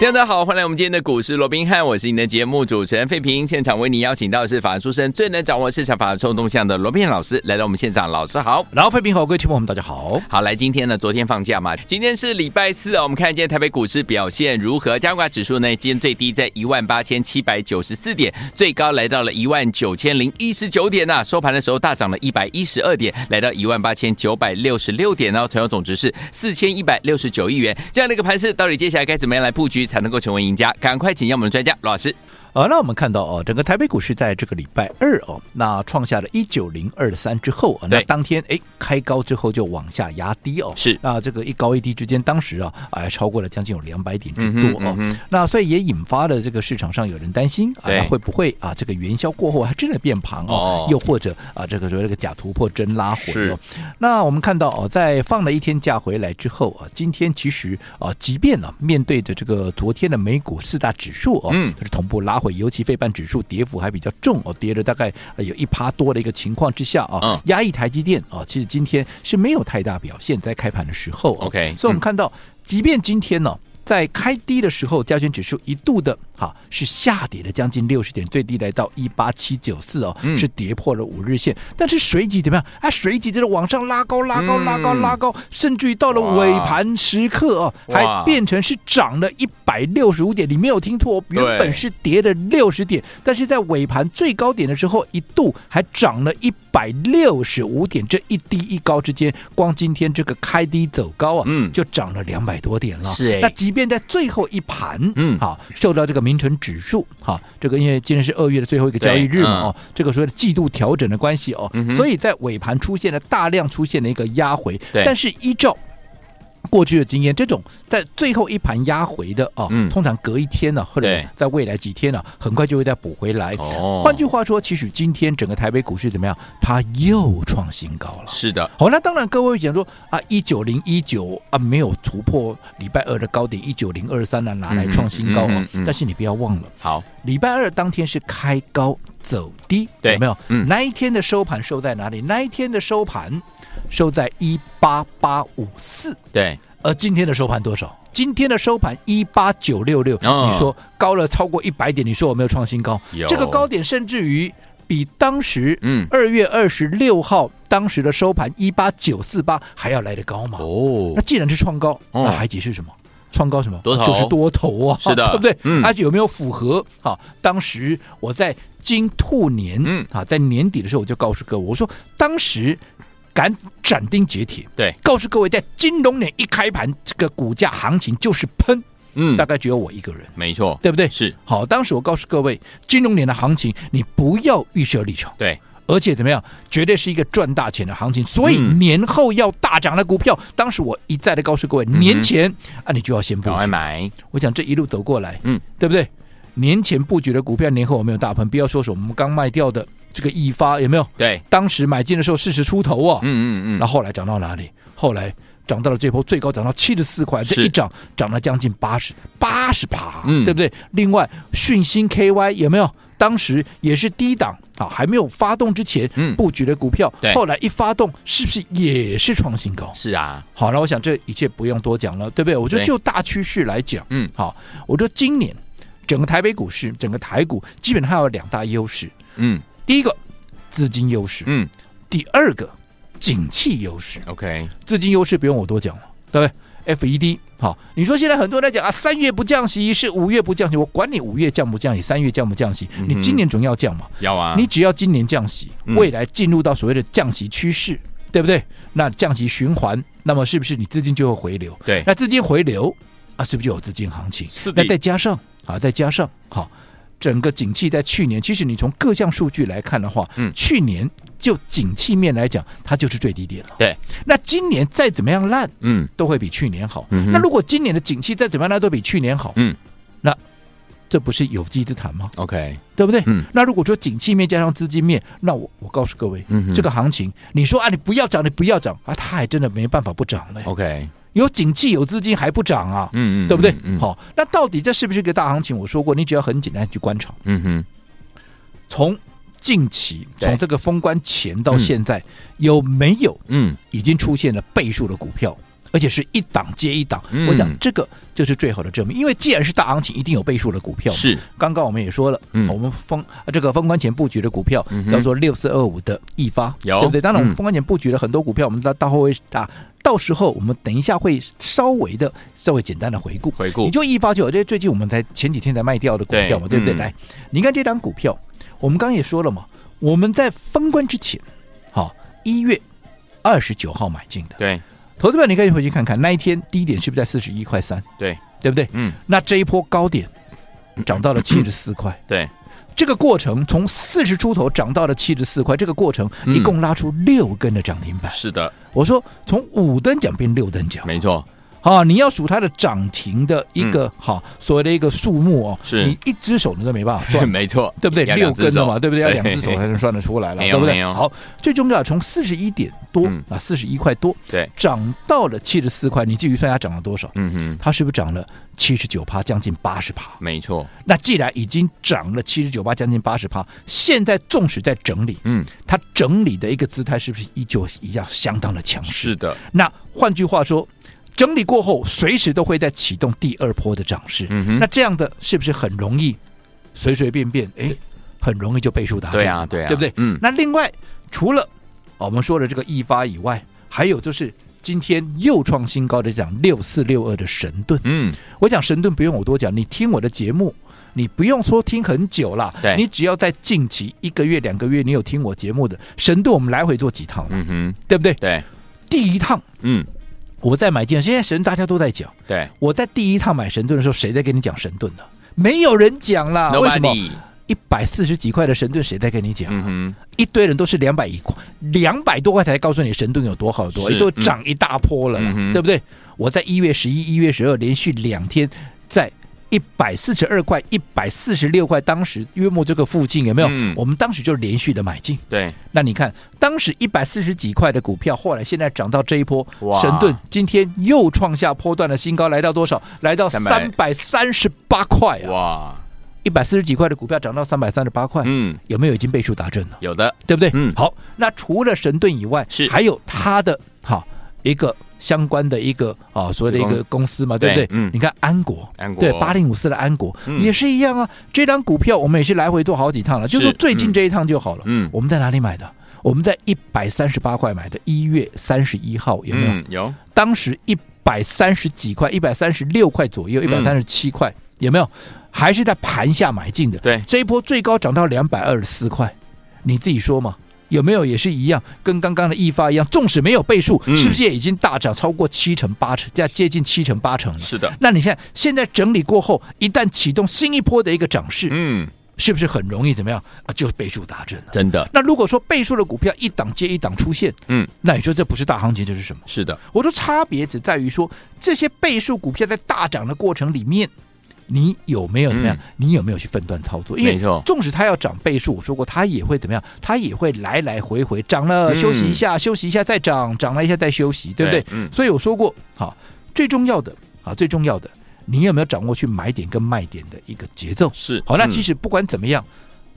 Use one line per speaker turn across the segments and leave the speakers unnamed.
大家好，欢迎来我们今天的股市罗宾汉，我是你的节目主持人费平。现场为你邀请到的是法律出身、最能掌握市场法律冲动向的罗宾汉老师来到我们现场，老师好。
然后，费平好，各位听众朋友们，大家好。
好，来，今天呢，昨天放假嘛，今天是礼拜四哦。我们看今天台北股市表现如何？加权指数呢，今天最低在一万八千七百九十四点，最高来到了一万九千零一十九点呐、啊收盘的时候大涨了一百一十二点，来到一万八千九百六十六点哦。成交总值是四千一百六十九亿元。这样的一个盘势，到底接下来该怎么样来布局才能够成为赢家？赶快请教我们的专家罗老师。
呃，那我们看到哦，整个台北股市在这个礼拜二哦，那创下了一九零二三之后啊，那
对
当天哎开高之后就往下压低哦，
是
那这个一高一低之间，当时啊哎超过了将近有两百点之
嗯哼
多哦，
嗯哼
那所以也引发了这个市场上有人担心啊，
对
那会不会啊这个元宵过后还真的变盘
哦
哦，又或者啊这个所谓这个假突破真拉回
是
哦，那我们看到哦，在放了一天假回来之后啊，今天其实啊，即便呢、面对着这个昨天的美股四大指数哦，
嗯
它是同步拉回，尤其费半指数跌幅还比较重哦，跌了大概呃有一趴多的一个情况之下啊，
嗯
压抑台积电啊，其实今天是没有太大表现，在开盘的时候、哦、
OK，
所以
嗯
我们看到，即便今天呢、在开低的时候，加权指数一度的哈、是下跌了将近六十点，最低来到一八七九四哦，
嗯
是跌破了五日线。但是随即怎么样啊？随即就是往上拉高、拉高、拉高、
嗯
拉高，甚至于到了
哇
尾盘时刻哦，
哇
还变成是涨了一百六十五点。你没有听错、哦，
对
原本是跌了六十点，但是在尾盘最高点的时候，一度还涨了一百六十五点。这一低一高之间，光今天这个开低走高啊，
嗯
就涨了两百多点了。
是欸
那即便在最后一盘，
嗯
好，受到这个名城指数，好，这个因为今天是二月的最后一个交易日嘛，
对嗯
哦，这个所谓的季度调整的关系哦，
嗯哼
所以在尾盘出现了大量出现了一个压回，
对
但是依照。过去的经验，这种在最后一盘压回的哦，
嗯
通常隔一天呢、或者
对
在未来几天呢、很快就会再补回来。
哦
换句话说，其实今天整个台北股市怎么样？它又创新高了。
哦是的，
好，那当然，各位会讲说啊，一九零一九啊，没有突破礼拜二的高点一九零二三呢，拿来创新高啊、
嗯嗯嗯嗯
但是你不要忘了，
好，
礼拜二当天是开高走低，
对
有没有？
嗯
那一天的收盘收在哪里？那一天的收盘收在一八八五四，
对，
而呃今天的收盘多少？今天的收盘一八九六六，
哦
你说高了超过一百点，你说有没有创新高
有？
这个高点甚至于比当时
嗯，
二月二十六号当时的收盘一八九四八还要来得高嘛？
哦
那，既然是创高，
哦
那还解释什么？创高什么？
多头
就是多头啊，
是的
对不对？
嗯
而且有没有符合啊？当时我在金兔年，
嗯
啊，在年底的时候我就告诉各位，我说当时敢斩钉截铁，
对，
告诉各位，在金融年一开盘，这个股价行情就是喷，
嗯
大，概只有我一个人，
没错，
对不对？
是，
好，当时我告诉各位，金融年的行情，你不要预设立场。
对，
而且怎么样，绝对是一个赚大钱的行情，所以
嗯
年后要大涨的股票，当时我一再的告诉各位，
哼
年前、啊你就要先布
赶快
局。
买，
我想这一路走过来，
嗯，
对不对？年前布局的股票，年后有没有大喷？不要说是我们刚卖掉的这个易发有没有？
对，
当时买进的时候四十出头哦，
嗯嗯嗯，
然后后来涨到哪里？后来涨到了这波最高涨到七十四块，这
是
一涨涨了将近八十八十趴，
嗯
对不对？另外，讯星 KY 有没有？当时也是低档啊，还没有发动之前
嗯
布局的股票，
对
后来一发动，是不是也是创新高？
是啊，
好，那我想这一切不用多讲了，对不对？我觉得
对
就大趋势来讲，
嗯
好，我觉得今年整个台北股市、整个台股基本上有两大优势，
嗯
第一个资金优势，
嗯
第二个景气优势。
，OK，
资金优势不用我多讲了，对不对？FED 好，你说现在很多人在讲啊，三月不降息是五月不降息，我管你五月降不降息，三月降不降息，
嗯哼
你今年总要降嘛，
要啊，
你只要今年降息，
嗯
未来进入到所谓的降息趋势，对不对？那降息循环，那么是不是你资金就会回流？
对，
那资金回流啊，是不是就有资金行情？
是的
那再加上啊，再加上好，整个景气在去年，其实你从各项数据来看的话，
嗯
去年就景气面来讲，它就是最低点了。
对，
那今年再怎么样烂，
嗯
都会比去年好。
嗯哼
那如果今年的景气再怎么样烂，都比去年好，
嗯，
这不是有机之谈吗？
OK，
对不对？
嗯
那如果说景气面加上资金面，那我我告诉各位，
嗯哼
这个行情，你说啊，你不要涨，你不要涨啊，它还真的没办法不涨嘞。
，OK，
有景气，有资金还不涨啊？
嗯嗯，
对不对？
嗯，
好，那到底这是不是一个大行情？我说过，你只要很简单去观察，
嗯哼，
从近期
对
从这个封关前到现在，有没有
嗯
已经出现了倍数的股票，而且是一档接一档？
嗯
我讲这个就是最好的证明，因为既然是大行情，一定有倍数的股票嘛。
是，
刚刚我们也说了，
嗯
我们封这个封关前布局的股票
嗯哼
叫做六四二五的易发，
有
对不对？当然，
嗯
我们封关前布局了很多股票，我们到到后会啊，到时候我们等一下会稍微的稍微简单的回顾。
回顾
你就易发就有，这最近我们才前几天才卖掉的股票嘛，
嗯对
对
嗯
不对？来，你看这张股票，我们刚刚也说了嘛，我们在封关之前，好一月二十九号买进的，
对
投资者你可以回去看看，那一天低点是不是在四十一块三，
对，
对不对？
嗯
那这一波高点涨到了七十四块，
对，
这个过程从四十出头涨到了七十四块，这个过程
嗯
一共拉出六根的涨停板。
是的，
我说从五等奖变六等奖，
没错，
啊，你要数它的涨停的一个好、所谓的一个数目哦，
嗯是
你一只手你都没 办法算。
没错，
对不对？
要
六
两只
根的
手
嘛，对不对？要两只手才能算得出来了，
没
对
有
不
没
对？
有
好，最重要从四十一点多
嗯
啊，四十一块多
对，
涨到了七十四块，你至于算它涨了多少？
嗯哼，
它是不是涨了七十九趴，将近八十趴？
没错，
那既然已经涨了七十九趴，将近八十趴，现在纵使在整理，
嗯，
它整理的一个姿态是不是依旧一样相当的强势？
是的，
那换句话说，整理过后，随时都会再启动第二波的涨势。
嗯哼
那这样的是不是很容易随随便便？哎，很容易就倍数达标
对啊对啊
对不对？
嗯
那另外，除了哦我们说的这个易发以外，还有就是今天又创新高的讲六四六二的神盾。
嗯，
我讲神盾不用我多讲，你听我的节目。你不用说听很久啦
对，
你只要在近期一个月、两个月，你有听我节目的神盾，我们来回做几趟了，
嗯哼，
对不对？
对，
第一趟
嗯，
我在买进，现在神大家都在讲，
对
我在第一趟买神盾的时候，谁在跟你讲神盾呢？没有人讲啦，啊为什么？
，Nobody，
一百四十几块的神盾，谁在跟你讲？
嗯哼，
一堆人都是两百一块，两百多块才告诉你神盾有多好有多，
是
都涨一大波了啦，
嗯哼
对不对？我在一月十一、一月十二连续两天在。一百四十二块、一百四十六块，当时约莫这个附近有没有？
嗯
我们当时就连续的买进。
对，
那你看，当时一百四十几块的股票，后来现在涨到这一波
哇，
神盾今天又创下波段的新高，来到多少？来到三百三十八块啊！
哇，
一百四十几块的股票涨到三百三十八块，
嗯，
有没有已经倍数达阵了？
有的，
对不对？
嗯
好，那除了神盾以外，
是
还有它的好一个相关的一个啊，所谓的一
子
个公司嘛，对不
对
对？
嗯
你看安国，
安国
对八零五四的安国、
嗯
也是一样啊。这张股票我们也是来回做好几趟了，就是说最
嗯
近这一趟就好了。
嗯
我们在哪里买的？我们在一百三十八块买的，一月三十一号有没有？
嗯，有，
当时一百三十几块，一百三十六块左右，一百
嗯
三十七块，有没有？还是在盘下买进的。
对，
这一波最高涨到两百二十四块，你自己说嘛？有没有也是一样，跟刚刚的易发一样，纵使没有倍数，
嗯
是不是也已经大涨超过七成八成，加接近七成八成了？
是的，
那你现在现在整理过后，一旦启动新一波的一个涨势，
嗯，
是不是很容易怎么样啊？就倍数达阵了。
真的，
那如果说倍数的股票一档接一档出现，
嗯，
那你说这不是大行情，这是什么？
是的，
我说差别只在于说，这些倍数股票在大涨的过程里面，你有没有怎么样？
嗯
你有没有去分段操作？因
没
为
错
纵使它要涨倍数，我说过它也会怎么样？它也会来来回回涨了
嗯
休息一下，休息一下再涨，涨了一下再休息，对不对？
对嗯
所以我说过，好，最重要的，好，最重要的，你有没有掌握去买点跟卖点的一个节奏？
是，
好，那
嗯
其实不管怎么样，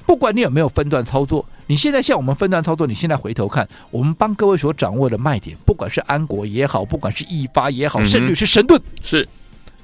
不管你有没有分段操作，你现在像我们分段操作，你现在回头看，我们帮各位所掌握的卖点，不管是安国也好，不管是易发也好，
嗯哼
甚至是神盾，
是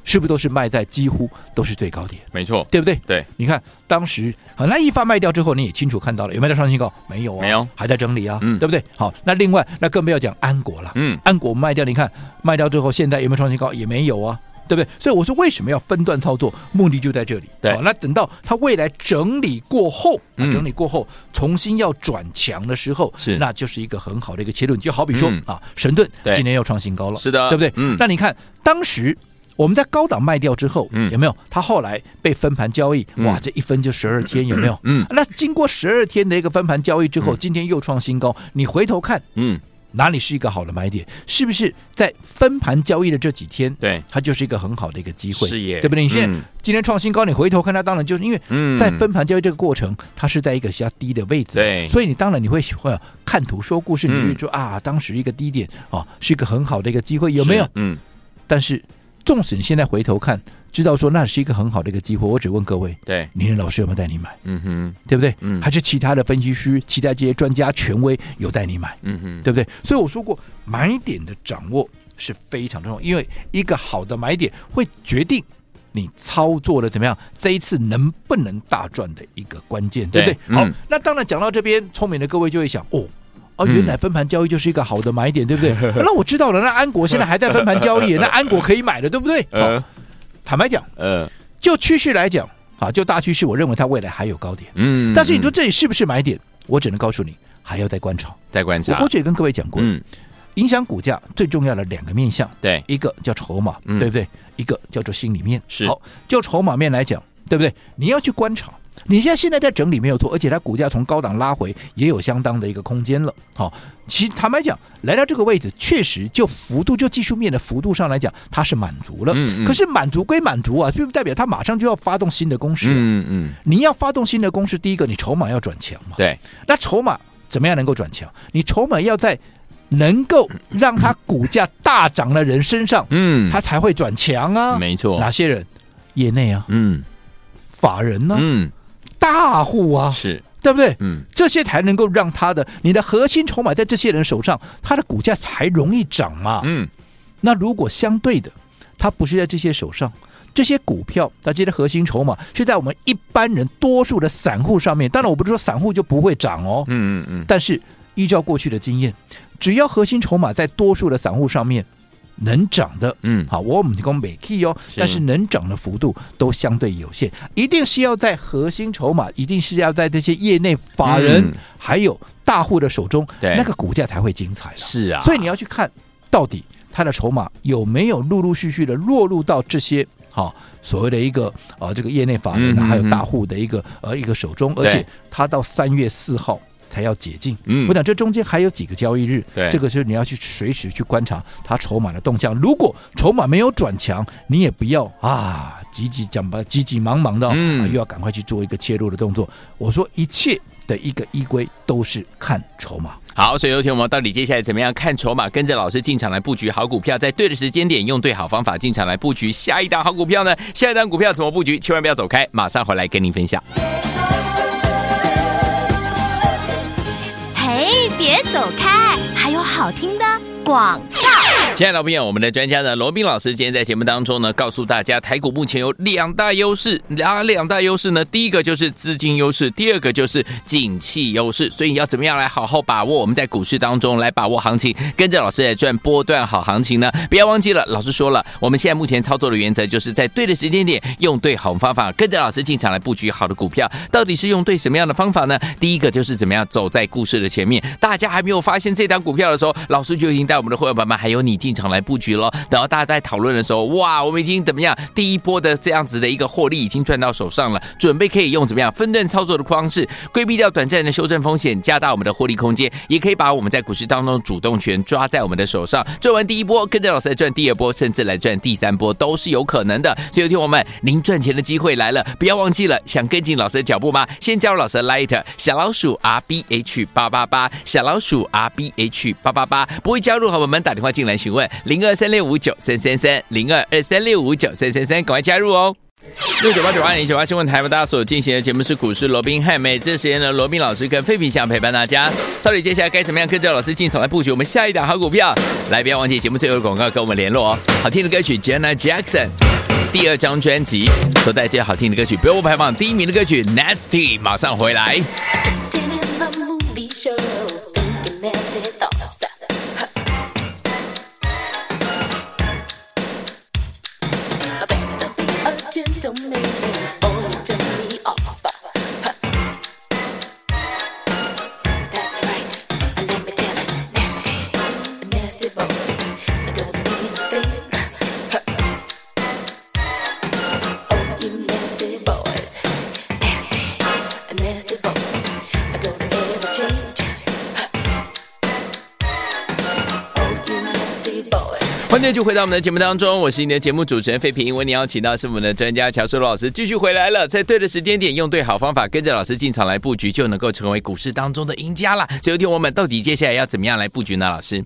是不是都是卖在几乎都是最高点，
没错，
对不对？
对，
你看当时好，那易发卖掉之后，你也清楚看到了，有没有在创新高？没有啊，
没有
还在整理啊，
嗯
对不对？好，那另外那更不要讲安国了，
嗯，
安国卖掉，你看卖掉之后，现在有没有创新高？也没有啊，对不对？所以我说为什么要分段操作，目的就在这里。
对
好那等到它未来整理过后，
嗯
啊、整理过后重新要转强的时候，
是
那就是一个很好的一个切入点。就好比说、
嗯
啊，神盾
对
今年又创新高了，
是的
对不对？
嗯
那你看当时。我们在高档卖掉之后，
嗯
有没有？它后来被分盘交易，
嗯
哇，这一分就十二天，有没啊有？
嗯
那经过十二天的一个分盘交易之后，今天又创新高。你回头看，
嗯，
哪里是一个好的买点？是不是在分盘交易的这几天，
对，
它就是一个很好的一个机会，
是耶
对不对？你现在、
嗯
今天创新高，你回头看它，当然就是因为
嗯
在分盘交易这个过程，它是在一个比较低的位置，
对
所以你当然你会喜欢看图说故事，你
嗯
会说、啊，当时一个低点啊，是一个很好的一个机会，有没有
是？嗯，
但是纵使你现在回头看，知道说那是一个很好的一个机会，我只问各位，
对，
你的老师有没有带你买？
嗯哼，
对不对？
嗯
还是其他的分析师、其他这些专家权威有带你买，
嗯哼，
对不对？所以我说过，买点的掌握是非常重要，因为一个好的买点会决定你操作的怎么样，这一次能不能大赚的一个关键，对
对
不对？好
嗯，
那当然讲到这边，聪明的各位就会想，哦。哦，
嗯
原来分盘交易就是一个好的买点，对 不对？那我知道了，那安国现在还在分盘交易，那安国可以买了，对不对？好
呃
坦白讲，
呃，
就趋势来讲，啊，就大趋势，我认为它未来还有高点。
嗯，
但是你说
嗯
这里是不是买点？我只能告诉你，还要再观察。
再观
我
察
过，去也跟各位讲过，
嗯，
影响股价最重要的两个面向，
对，
一个叫筹码，
嗯
对不对？一个叫做心里面。
是
好，就筹码面来讲，对不对？你要去观察。你现在现在在整理没有错，而且它股价从高档拉回也有相当的一个空间了。好、其实坦白讲，来到这个位置，确实就幅度就技术面的幅度上来讲，它是满足了。
嗯嗯
可是满足归满足啊，并不代表它马上就要发动新的攻势啊、
嗯嗯，
你要发动新的攻势，第一个你筹码要转强嘛。
对，
那筹码怎么样能够转强？你筹码要在能够让它股价大涨的人身上，
嗯，
它才会转强啊。
没错
哪，些人？业内啊，
嗯
法人呢、
嗯，
大户啊，
是，
对不对？
嗯
这些才能够让它的你的核心筹码在这些人手上，它的股价才容易涨嘛。
嗯，
那如果相对的，它不是在这些手上，这些股票，它这些核心筹码是在我们一般人多数的散户上面。当然，我不是说散户就不会涨哦，
嗯嗯嗯，
但是依照过去的经验，只要核心筹码在多数的散户上面能涨的。
嗯，
好，我们提供每 key 哦，
是
但是能涨的幅度都相对有限，一定是要在核心筹码，一定是要在这些业内法人、
嗯
还有大户的手中，
对
那个股价才会精彩了。
是啊，
所以你要去看到底它的筹码有没有陆陆续续的落入到这些好、所谓的一个呃这个业内法人、
嗯嗯
啊，
嗯
还有大户的一个呃一个手中，而
对
且它到三月四号。才要解禁，
嗯
我讲这中间还有几个交易日，
对
这个是你要去随时去观察它筹码的动向。如果筹码没有转强，你也不要啊急急讲吧，急急忙忙的、哦
嗯
啊又要赶快去做一个切入的动作。我说一切的一个依归都是看筹码。
好，所以有天我们到底接下来怎么样看筹码，跟着老师进场来布局好股票，在对的时间点用对好方法进场来布局下一档好股票呢？下一档股票怎么布局？千万不要走开，马上回来跟您分享。
嘿，别走开，还有好听的广。
亲爱的朋友我们的专家呢，罗斌老师今天在节目当中呢，告诉大家，台股目前有两大优势，哪两大优势呢？第一个就是资金优势，第二个就是景气优势。所以要怎么样来好好把握我们在股市当中来把握行情，跟着老师来赚波段好行情呢？不要忘记了，老师说了，我们现在目前操作的原则就是在对的时间点，用对好方法，跟着老师进场来布局好的股票。到底是用对什么样的方法呢？第一个就是怎么样走在故事的前面，大家还没有发现这档股票的时候，老师就已经带我们的会员朋友们还有你进场来布局了。等到大家在讨论的时候，哇，我们已经怎么样？第一波的这样子的一个获利已经赚到手上了，准备可以用怎么样分段操作的方式，规避掉短暂的修正风险，加大我们的获利空间，也可以把我们在股市当中的主动权抓在我们的手上。赚完第一波，跟着老师来赚第二波，甚至来赚第三波，都是有可能的。所以，听我们，您赚钱的机会来了，不要忘记了，想跟进老师的脚步吗？先加入老师的 Light 小老鼠 R B H 八八八，小老鼠 R B H 八八八，不会加入好朋友们打电话进来询问零二三六五九三三三零二二三六五九三三三，赶快加入哦。六九八九八零九八新闻台为大家所进行的节目是股市罗宾汉，每这时间呢，罗宾老师跟费平想陪伴大家。到底接下来该怎么样跟着老师进场来布局我们下一档好股票？来，不要忘记节目最后的广告跟我们联络哦。好听的歌曲 Jenna Jackson，第二张专辑所带来最好听的歌曲，不要排行榜第一名的歌曲 Nasty，马上回来。
Sitting in the movie show, thinking nasty thoughts. I better be a gentleman, or you turn me off. That's right, let me tell you, nasty, nasty boys. I don't mean a thing. Oh, you nasty boys, nasty, nasty boys. I don't ever change. Oh,
欢迎就回到我们的节目当中，我是你的节目主持人费平。为你邀请到是我们的专家乔舒鲁老师，继续回来了。在对的时间点，用对好方法，跟着老师进场来布局，就能够成为股市当中的赢家啦。所以，听我们到底接下来要怎么样来布局呢？老师，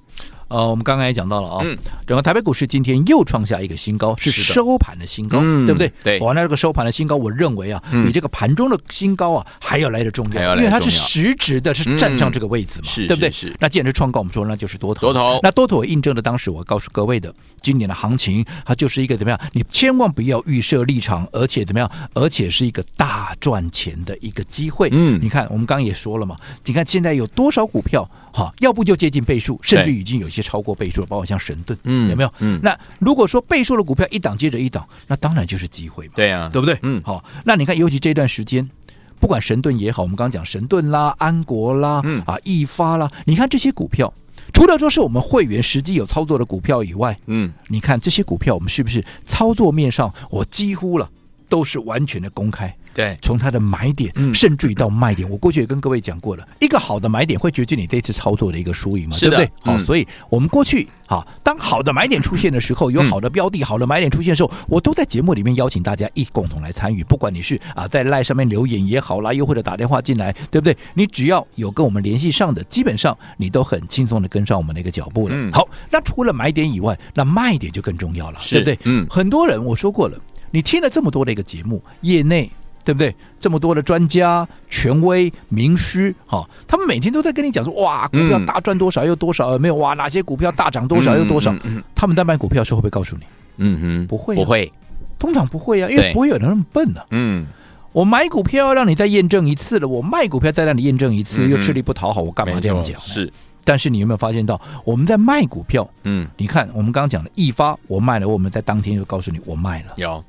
呃，我们刚刚也讲到了啊、
嗯
整个台北股市今天又创下一个新高，是
是的
收盘的新高，
嗯
对不对？
对
哇，那这个收盘的新高，我认为啊，
嗯
比这个盘中的新高啊还要来得重
还要
要，
来得
因为它
重
是
要
实质的，是站上这个位置嘛，
是
对不对？
是是
那既然是创高，我们说那就是多头，
多头
那多头也印证了当时我告诉各位的，今年的行情它就是一个怎么样？你千万不要预设立场，而且怎么样？而且是一个大赚钱的一个机会。
嗯
你看我们刚刚也说了嘛，你看现在有多少股票？哈，要不就接近倍数，甚至
对
已经有些超过倍数了，包括像神盾，
嗯
有没有？
嗯
那如果说倍数的股票一档接着一档，那当然就是机会嘛，
对啊
对不对？
嗯
好，那你看，尤其这段时间。不管神盾也好，我们刚刚讲神盾啦、安国啦、
嗯
啊、易发啦，你看这些股票，除了说是我们会员实际有操作的股票以外，
嗯，
你看这些股票，我们是不是操作面上，我几乎了都是完全的公开？
对，
从它的买点，
嗯
甚至于到卖点，我过去也跟各位讲过了，一个好的买点会决定你这次操作的一个输赢嘛，
是
对
的
不对？好、
嗯
所以我们过去好，当好的买点出现的时候，有
嗯
好的标的、好的买点出现的时候，我都在节目里面邀请大家一起共同来参与，不管你是啊在赖上面留言也好啦，又或者打电话进来，对不对？你只要有跟我们联系上的，基本上你都很轻松的跟上我们的一个脚步了。
嗯
好，那除了买点以外，那卖点就更重要了，
是
对不对？
嗯
很多人我说过了，你听了这么多的一个节目，业内对不对？这么多的专家、权威、名师，哈、他们每天都在跟你讲说，哇，股票
嗯
大赚多少又多少，有没有？哇，哪些股票大涨多少又多少？
嗯嗯嗯
他们在卖股票的时候会不会告诉你？
嗯哼，
不会啊
不会，
通常不会啊，因
对
为不会有人那么笨啊。
嗯，
我买股票让你再验证一次了，我卖股票再让你验证一次，
嗯哼
又吃力不讨好，我干嘛这样
没错
讲？。
是，
但是你有没有发现到，我们在卖股票？
嗯，
你看，我们刚刚讲的易发，我卖了，我们在当天就告诉你我卖了。
有，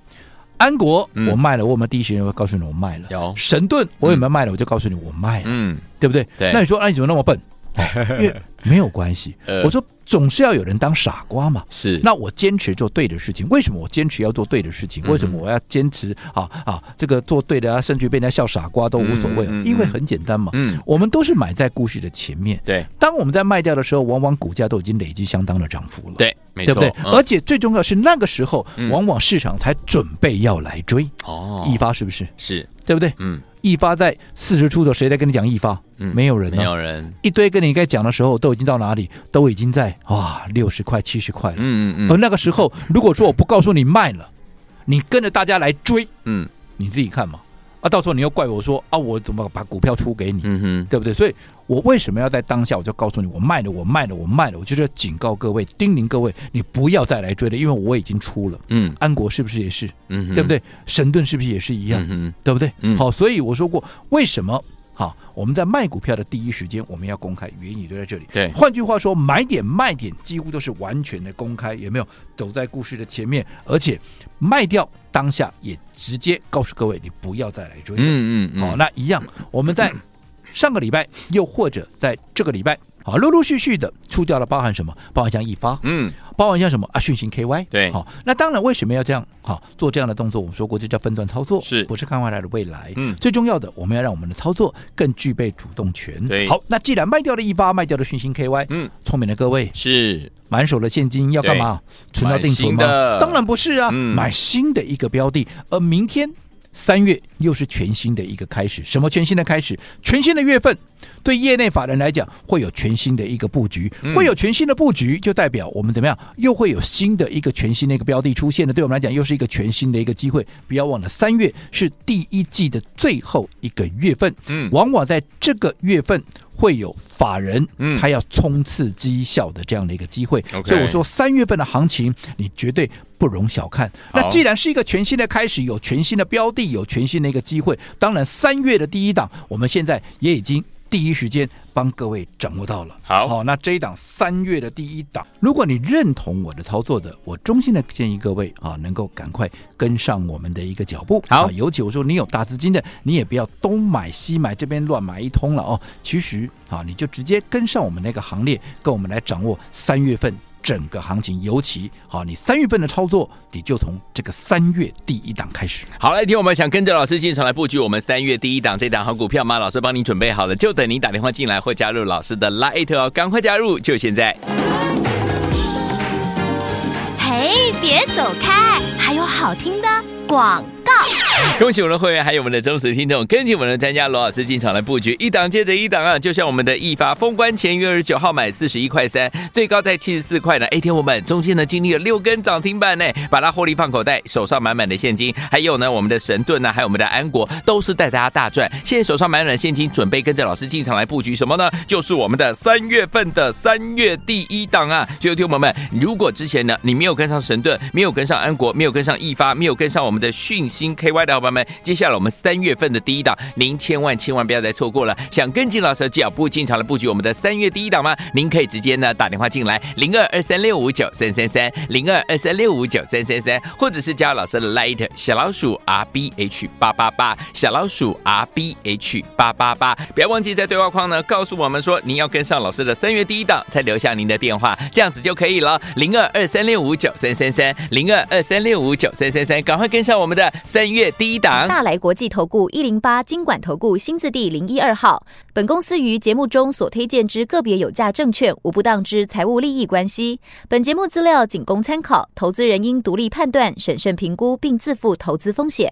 安国、
嗯
我卖了，我有没有第一时间会告诉你我卖了？
有
神盾我有没有卖了？我就告诉你我卖了，
嗯，
对不对？
对
那你说，那你怎么那 么笨？哦、因为没有关系，
呃
我说总是要有人当傻瓜嘛。
是，
那我坚持做对的事情，为什么我坚持要做对的事情？
嗯
为什么我要坚持啊啊？这个做对的啊，甚至被人家笑傻瓜都无所谓，
嗯嗯嗯嗯
因为很简单嘛。
嗯
我们都是买在故事的前面，
对，
当我们在卖掉的时候，往往股价都已经累积相当的涨幅了。
对，没
对
错，
不对？
嗯
而且最重要是那个时候
嗯，
往往市场才准备要来追
哦，
易发，是不是？
是，
对不对？
嗯
易发在四十出头，谁在跟你讲易发？
嗯，
没有人
没
啊。
有人，
一堆跟你该讲的时候，都已经到哪里？都已经在哇六十块、七十块了。
嗯嗯
而
嗯
那个时候，如果说我不告诉你卖了，你跟着大家来追，
嗯
你自己看嘛。啊，到时候你又怪我说啊，我怎么把股票出给你？
嗯哼，
对不对？所以我为什么要在当下我就告诉你，我卖了，我卖了，我卖了，我就是要警告各位、叮咛各位，你不要再来追了，因为我已经出了。
嗯
安国是不是也是？
嗯哼，
对不对？神盾是不是也是一样？
嗯
对不对？
嗯
好，所以我说过，为什么？好，我们在卖股票的第一时间，我们要公开，原因就在这里。
对
换句话说，买点卖点几乎都是完全的公开，有没有？走在故事的前面，而且卖掉当下也直接告诉各位，你不要再来追。
哼，嗯嗯嗯，
好、那一样，我们在上个礼拜，又或者在这个礼拜，好，陆陆续续的出掉了，包含什么？包含像易发，
嗯
包含像什么啊？讯行 KY，
对
好、那当然，为什么要这样？好、做这样的动作，我们说过，这叫分段操作，
是
不是看未来的未来？
嗯
最重要的，我们要让我们的操作更具备主动权。
对
好，那既然卖掉了易发，卖掉了讯行 KY，
嗯，
聪明的各位，
是，
满手的现金要干嘛？存到定
买
存
新
吗
的？
当然不是啊，
嗯
买新的一个标的。而明天三月又是全新的一个开始，什么全新的开始？全新的月份，对业内法人来讲，会有全新的一个布局，
嗯
会有全新的布局，就代表我们怎么样？又会有新的一个全新的一个标的出现的，对我们来讲又是一个全新的一个机会。不要忘了，三月是第一季的最后一个月份，
嗯
往往在这个月份会有法人，
嗯
他要冲刺绩效的这样的一个机会。
OK
所以我说三月份的行情，你绝对不容小看。
好
那既然是一个全新的开始，有全新的标的，有全新的一个机会，当然三月的第一档，我们现在也已经。第一时间帮各位掌握到了。
好
好，哦那这一档三月的第一档，如果你认同我的操作的，我衷心的建议各位啊，能够赶快跟上我们的一个脚步。
好
啊尤其我说你有大资金的，你也不要东买西买，这边乱买一通了哦。其实啊，你就直接跟上我们那个行列，跟我们来掌握三月份。整个行情，尤其啊，你三月份的操作，你就从这个三月第一档开始。
好，来听我们想跟着老师进场来布局我们三月第一档这档好股票吗？老师帮您准备好了，就等您打电话进来或加入老师的 Lite 哦，赶快加入，就现在。
哎，别走开，还有好听的广告。
恭喜我们的会员，还有我们的忠实听众，跟紧我们的专家罗老师进场来布局，一档接着一档啊！就像我们的易发封关前一月二十九号买四十一块三，最高在七十四块呢。哎，天我们中间呢经历了六根涨停板呢，把它获利放口袋，手上满满的现金。还有呢，我们的神盾啊呢，还有我们的安国，都是带大家大赚。现在手上满满的现金，准备跟着老师进场来布局什么呢？就是我们的三月份的三月第一档啊！所以，听友们，如果之前呢你没有跟上神盾，没有跟上安国，没有跟上易发，没有跟上我们的讯星 KY 的伙伴们，接下来我们三月份的第一档，您千万千万不要再错过了。想跟进老师的脚步进场来布局我们的三月第一档吗？您可以直接呢打电话进来零二二三六五九三三三零二二三六五九三三三，或者是加老师的 Light 小老鼠 R B H 八八八小老鼠 R B H 八八八，不要忘记在对话框呢告诉我们说您要跟上老师的三月第一档，再留下您的电话，这样子就可以了。零二二三六五九三三三零二二三六五九三三三，赶快跟上我们的三月第一档。
大来国际投顾一零八金管投顾新字第零一二号。本公司于节目中所推荐之个别有价证券，无不当之财务利益关系。本节目资料仅供参考，投资人应独立判断、审慎评估，并自负投资风险。